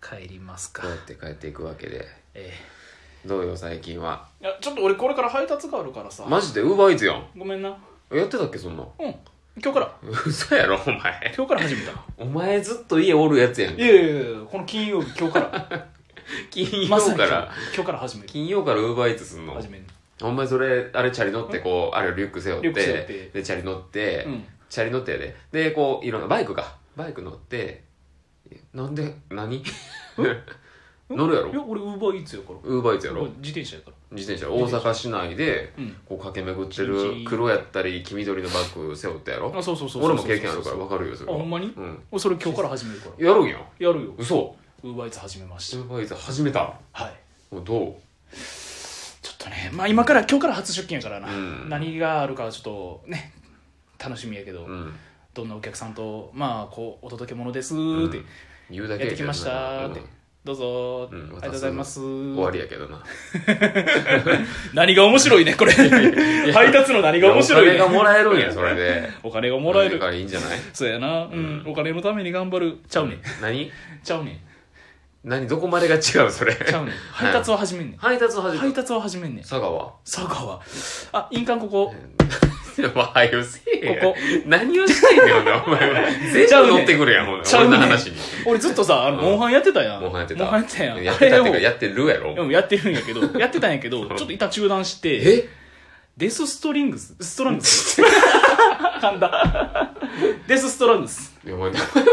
帰りますかこうやって帰っていくわけでえどうよ最近はえいやちょっと俺これから配達があるからさマジでウーバーイーツやんごめんなやってたっけそんなんうん今日から嘘やろお前今日から始 めたお前ずっと家おるやつやんいやいやいやこの金曜日今日 から金ま曜さにか今ら日今日から始める金曜からウーバーイーツすんの始めるお前それあれチャリ乗ってこうあれリュック背負リっュック背負っててでチャリ乗って、うんチャリ乗ってやででこういろんなバイクかバイク乗ってえなんで何乗るやろいや俺ウーバーイーツやからウーバーイーツやろ俺自転車やから自転車大阪市内でうんこう駆け巡って一る日黒やったり黄緑のバッグ背負ったやろあそうそうそうそう俺も経験あるから分かるよそれはあほんまにうん俺それ今日から始めるからやるんややるよ嘘ウーバーイーツ始めましウたーバーイーツ始めたはいもうどちょっとねまあ今から今日から初出勤やからな、うん何があるかはちょっとね楽しみやけど、ううんどんなお客さんとまあこうお届け物ですうんって、言うだけやってやけきどなましたって、どうぞ、うんありがとうございますうん終わりやけどな何が面白いねこれ配達の何が 面白いお金がねもらえるんやそれでお金 がもらえだるからいいんじゃないそうやな、うんお金のために頑張るちゃうねん何ちゃうねん何どこまでが違うそれちゃうねん配達を始めんねん配達を始め配た達を始めんねん佐川佐川あ印鑑ここはよせえここ何をしてんねんほんならお前全ちゃう部ね乗ってくるやんほんなちゃらう俺ねのん話に俺ずっとさあのうんモンハンやってたやんもうやってたモンハンやってたやんやってたっていうあかれをやってるやうろんやってるんやけどやってたんやけどちょっと一旦中断してえデスストリングスストラング ス噛んだデスストラングスいやお前名前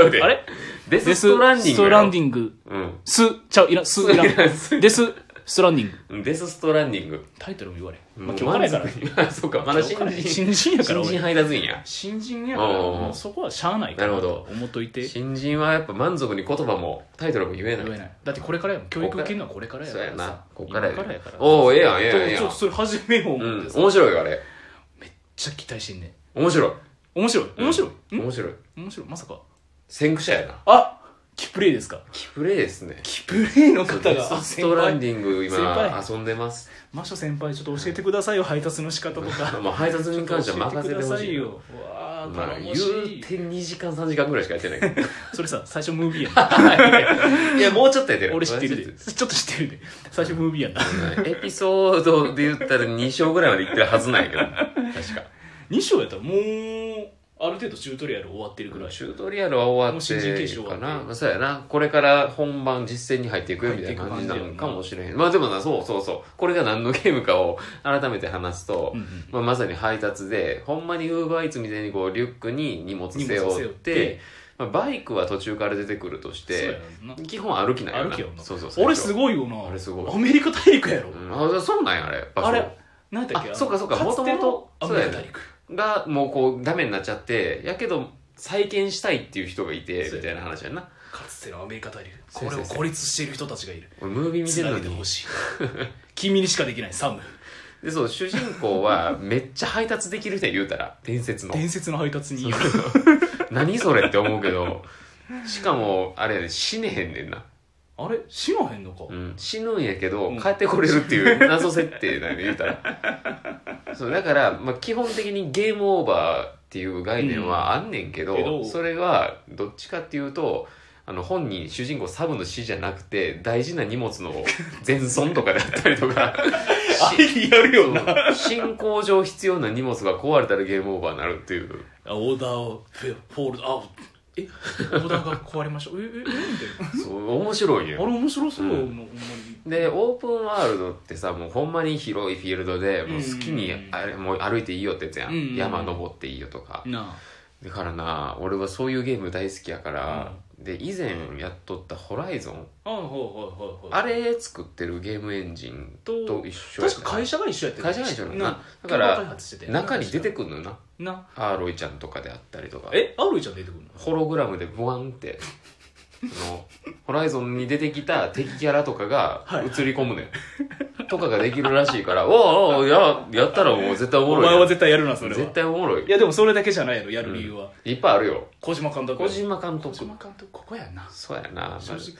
も違うであれデスストランディングデスストランディィングンスちゃういらんスいらいらんスんデスストランディングうんデスストランディングタイトルも言われまあ今日からやからら そうかまだ新今日から人新人やから新俺人配達員や新人やからおうおうもうそこはしゃあないからなるほど思っといて言新人はやっぱ満足に言葉もタイトルも言えないえないだってこれからやもん教育受けるのはこれからやそうかやらなさこっからや今からやからおおええやんええやんええやちょっとんそれ始めようう思っんてさめっ面白いよあれちゃ期待してんね面白い面白い面白いん面白い面白いまさか先駆者やなあキプレイですかキプレイですねキプレイの方デがスストランィングディング先今輩遊んでますマショ先輩ちょっと教えてくださいよ配達の仕方とかまあ配達に関しては教え任せてくだほさしいいよわあまあ頼言うもしいて2時間3時間ぐらいしかやってないけそれさ最初ムービー やんどいやもうちょっとやってる俺知ってるもうでちちょっと知ってるで最初ムービーやんなょっとやってるエピソードで言ったら2章ぐらいまでいってるはずなんやけど確か2章やったらもうある程度チュートリアル終わってるぐらいチュートリアルは終わっもう新人研て修終かわってなそうやなこれから本番実践に入っていくよみたいな入っ感ていじくな感じやなのかもしれへんまあでもなそうそうそうこれが何のゲームかを改めて話すと、うんうんまあ、まさに配達でほんまにウーバーイーツみたいにこうリュックに荷物背荷物負背っ負ってて、まあ、バイクは途中から出てくるとしそうやて基本歩きないなよな歩けよなそうそうそうあれすい、ごいよなあれすごいアメリカ大陸やろ、うんあそうなんやあれ場所あれ何だっけあそうかそうかつての元々アメリカ大陸がもうこうダメになっちゃってやけど再建したいっていう人がいてそうみやたいな話やなかつてのアメリカ大陸そうこそうれそをう孤立している人たちがいる俺ムービー見てつるなのげてにほしい君にしかできない サムでそう主人公はめっちゃ配達できる人や言うたら伝説の伝説の配達人や何それって思うけどしかもあれやで死ねへんねんな、あれ死なへんのか、うん、死ぬんやけどうん帰ってこれるっていう謎設定なんで言うたらそうだから、まあ、基本的にゲームオーバーっていう概念はあんねんけど,、うんけどそれはどっちかっていうとあの本人主人公サブの死じゃなくて大事な荷物の全損とかだったりとかあれやるよな進行上必要な荷物が壊れたらゲームオーバーになるっていう。あオーダーをフェフォールドアウトえオーダーが壊れましたえええみたいなそう面白いあれよ面白そうやな、うんほんまにでオープンワールドってさもうほんまに広いフィールドでもう好きにうんあれもう歩いていいよってやつやうん、んうんうん山登っていいよとかなあだからな俺はそういうゲーム大好きやから、で以前やっとった「ホライゾンあはいはいはいはいあれ作ってるゲームエンジンと一緒や確か会社が一緒やって会社が一緒やなだだかからら開発してて中に出てくんのよななアーロイちゃんとかであったりとかえアルイちゃん出てくるのホログラムでボワンってあのホライゾンに出てきた敵キャラとかがはい映り込むねん、とかができるらしいからおうおうややったらもう絶対おもおろいやん前は絶対やるなそれは絶対おもろいいやでもそれだけじゃないやろやる理由は、いっぱいあるよ小島監督小島監小督島監督ここやなそうやな、まあ正直好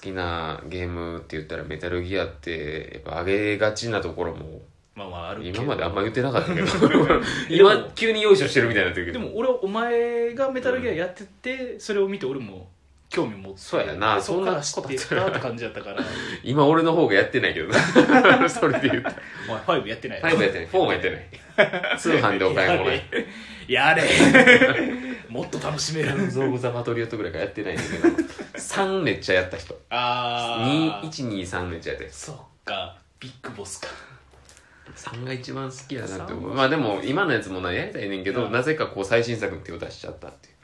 きなゲームって言ったらメタルギアってやっぱ上げがちなところもまあまああるけど今まであんま言ってなかったけ どいやでも今急によいしょしてるみたいになってるけでども俺はお前がメタルギアやってて、それを見て俺も興味持ってそうやなそっから知そんっなてったって感じやったから今俺の方がやってないけど なそれで言ったらお前ファイブやってないファイブやってないフォーもやって ない通販でお買い物ややれ もっと楽しめるゾームザバトリオットぐらいからやってないんだけど3めっちゃやった人ああ123めっちゃやった人そっかビッグボスか3が一番好きやなって思うまあでも今のやつもなやりたいねんけど、うんなぜかこう最新作に手を出しちゃったっていう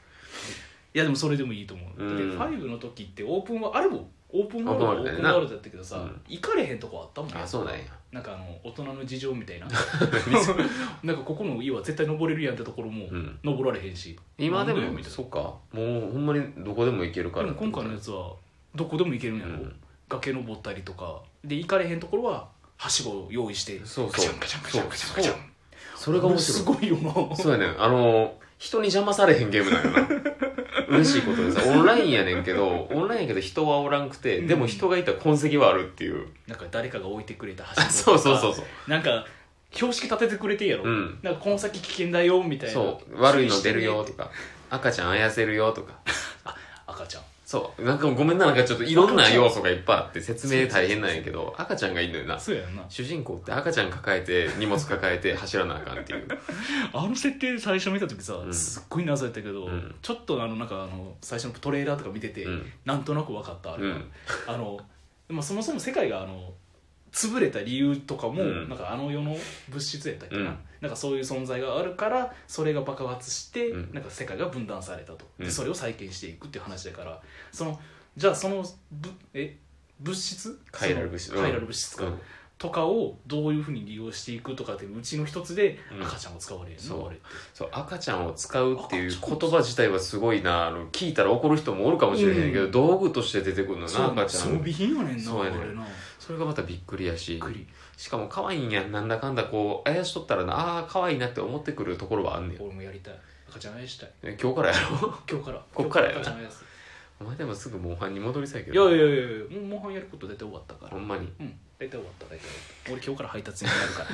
いやでもそれでもいいと思う、うんでファイブの時ってオープンはあれもオープンワールドオーオプーンワールドやプねンなワールドだったけどさ、うん行かれへんとこあったもんねあそうなんやなんかあの大人の事情み たいな なんかここの家は絶対登れるやんってところもうん登られへんし、今でなんよもみたいそっかもうほんまにどこでも行けるかならでも今回のやつはどこでも行けるんやろ、うん崖登ったりとかで行かれへんところははしごを用意してそうそうガチャンガチャンガチャンガチャンガチャンそれが面白いすごいよなそうやねん。あの、人に邪魔されへんゲームなんやな。嬉しいことでさ、オンラインやねんけど、オンラインやけど人はおらんくて、うんでも人がいたら痕跡はあるっていう。なんか誰かが置いてくれたはしあそう そうそうそう。うなんか標識立ててくれてんやろ、うんなんかこの先危険だよみたいなそう、悪いの出るよとか、赤ちゃんあやせるよとか。赤ちゃん そう、なんかごめんな、なんかちょっといろんな要素がいっぱいあって説明大変なんやけど、赤ちゃんがいんのよな。そうやんな主人公って赤ちゃん抱えて、荷物抱えて走らなあかんって いう。あの設定最初見た時さ、んすっごい謎やったけど、うんちょっとあのなんかあの最初のトレーラーとか見てて、うんなんとなく分かったあれうが、ん。あのまあそもそも世界があの潰れた理由とかも、うんなんかあの世の物質やったっけな,、うんなんかそういう存在があるからそれが爆発して、うんなんか世界が分断されたとうでんそれを再建していくっていう話だからそのじゃあそのぶえ物質カイラル物質そのカイラル物質か、うんとかをどういうふうに利用していくとかっていううちの一つでうん赤ちゃんを使われるその、うあれってそう赤ちゃんを使うっていう言葉自体はすごいなあの聞いたら怒る人もおるかもしれへんけど、うん道具として出てくるのな赤ちゃ装備ん品やねんなそうやねんあれなそれがまたびっくりやびしっくりしかも可愛いんやなんだかんだこうあやしとったらなああー可愛いなって思ってくるところはあんねん俺もやりたい赤ちゃん愛したいえ今日からやろ今日からこっからやな今日赤ちゃん愛すお前でもすぐモンハンに戻りそうやけいやどいやいやいやもうモンハンやること大体終わったからほんまにうん大体終わった大体終わった俺今日から配達に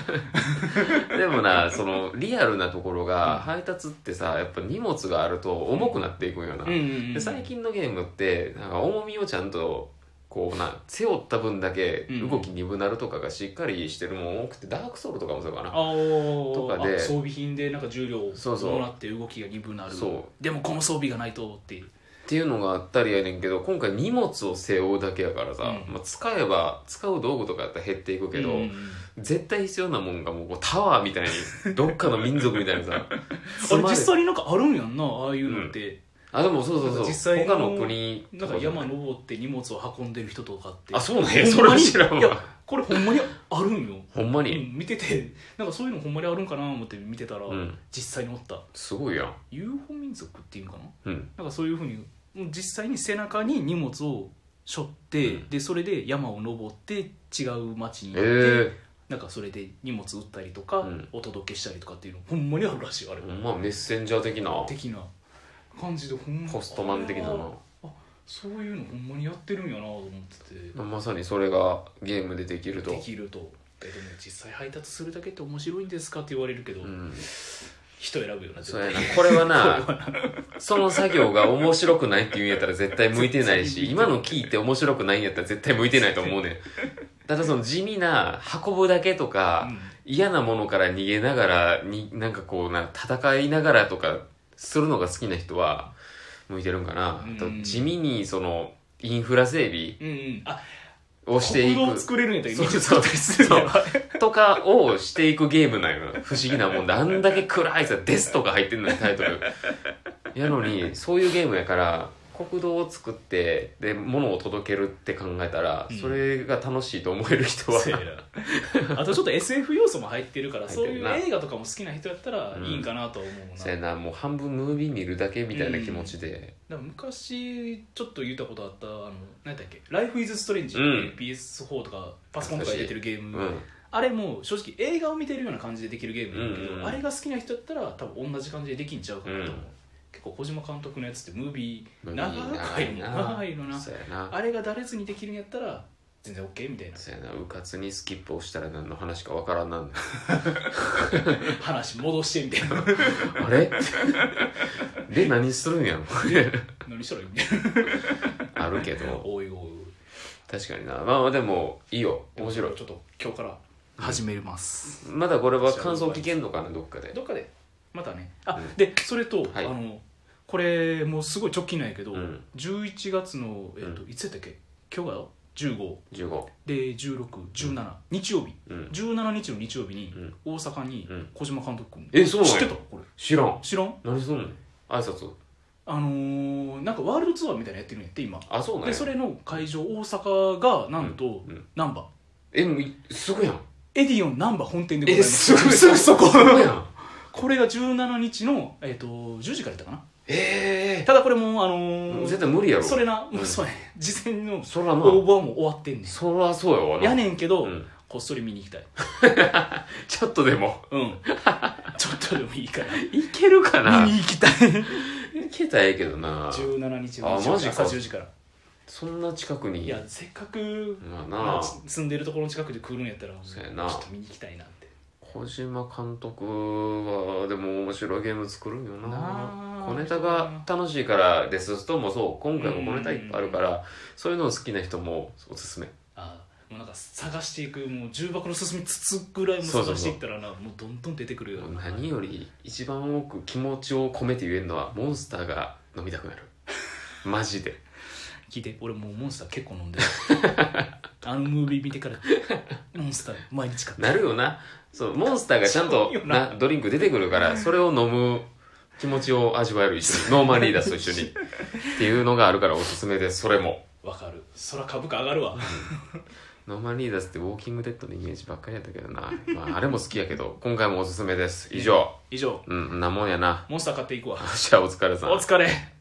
なる からでもなそのリアルなところうがん配達ってさやっぱ荷物があると重くなっていくんよな、うんうんうんで最近のゲームってなんか重みをちゃんとこうな背負った分だけうん動き鈍なるとかがしっかりしてるもん多くてダークソウルとかもそうかあなーとかであ装備品でなんか重量をそうそう伴って動きが鈍なるそでもこの装備がないとっていうっていうのがあったりやねんけど今回荷物を背負うだけやからさ、うんまあ、使えば使う道具とかやったら減っていくけど、うんうんうん絶対必要なもんがもうこうタワーみたいにどっかの民族みたいな さあ積れまれ実際になんかあるんやんなああいうのって、あでもそうそうそう実際の他の国となんかか山登って荷物を運んでる人とかってあそうなんやそほんれまはに知らんいやわこれほんまにあるんよほんまうに、ん見ててなんかそういうのほんまにあるんかなと思って見てたら、うん実際におったすごいやん UFO 民族っていうんかなうんなんかそういうふうにもう実際に背中に荷物を背負って、うんでそれで山を登って違う町にえ行えって、ー、なんかそれで荷物売ったりとか、うんお届けしたりとかっていうのほんまにあるらしいあれ、ほんまメッセンジャー的な的な感じでほんまポストマン的なあなそういうのほんまにやってるんやなと思ってて、まさにそれがゲームでできるとできるとえでも実際配達するだけって面白いんですかって言われるけど、うん人選ぶよな絶そうや対なこれ はなその作業が面白くないって言うんやったら絶対向いてないし今の聞いて面白くないんやったら絶対向いてないと思うねんただその地味な運ぶだけとか、うん嫌なものから逃げながらになんかこうな戦いながらとかするのが好きな人は向いてるんかな、あうんと地味にそのインフラ整備うんうん、あをしてい国道く作れるんやったらそう道作ったりするんやろとかをしていくゲームなんよな不思議なもんであんだけ暗いさ「です」とか入ってんのにタイトルやのにそういうゲームやから国道を作ってで物を届けるって考えたら、うんそれが楽しいと思える人はそうやなあとちょっと SF 要素も入ってるから入っそうているうな映画とかも好きな人やったらうんいいんかなとは思うそうな、やなもう半分ムービー見るだけみたいな気持ちで、だから昔ちょっと言ったことあったあの何だっけ「ライフイズストレンジってうん PS4 とかパソコンとかで出てるゲーうム、んあれも正直映画を見てるような感じでできるゲームなんだけど、うんうんあれが好きな人やったら多分同じ感じでできんちゃうかなと思う、うん結構小島監督のやつってムービムーービー長いもん長いのなそうやなあれがだれずにできるんやったら全然 OK みたいなそうやなうかつにスキップをしたら何の話かわからんなん話戻してみた いな あれで何するんやろ 何したらいいみたいななるけどおいおい確かになまあまあでもいいよ面白いちょっと今日から始めます、まだこれは感想聞けんのかなどっかでどっかでまたねあ、うんでそれと、はいあのこれもうすごい直近なんやけど、うん11月の、えっとういつやったっけ今日が15 15で1617、日曜日うん17日の日曜日にうん大阪にうん小島監督君、えそうなん知っやてたこれ知らん知らん何すんの挨拶あのー、なんかワールドツアーみたいなのやってるんやって今あそうなんやでそれの会場大阪がなんと、うんうん難波えもういすぐやんエディオン難波本店でございますえすごいすぐそこすぐやんこれが17日の、えっと10時からやったかなえただこれもうあのえー絶対無理やろそれな、うんもうそうやね事前のそらま応あ募はもう終わってんねんそらそうやわなやねんけど、うんこっそり見に行きたいちょっとでもうん ちょっとでもいいかいけるからな見に行きたいいけたらええけどな17日あの日曜マ日ジ朝か10時からそんな近くにいやせっかく、まあまなあ住んでるところの近くで来るんやったらそうやなちょっと見に行きたいなって小島監督はでも面白いゲーム作るんよななあ小ネタが楽しいからですともそう今回も小ネタいっぱいあるかうらそういうのを好きな人もおすすめあもうなんか探していくもう重箱の進みつつぐらいも探していったらなもうどんどん出てくるよ何より一番多く気持ちを込めて言えるのはモンスターが飲みたくなるマジで聞いて俺もうモンスター結構飲 んでるあのムービー見てからモンスター毎日買ってなるよなそうモンスターがちゃんとそうよななドリンク出てくるからそれを飲む気持ちを味わえる一緒 にノーマンリーダースと一緒にっていうのがあるからおすすめですそれもわかる空株価上がるわノーマンリーダースってウォーキングデッドのイメージばっかりやったけどな、まあ、あれも好きやけど今回もおすすめです以上以上うんんなもんやな モンスター買っていくわじゃあお疲れさんお疲れ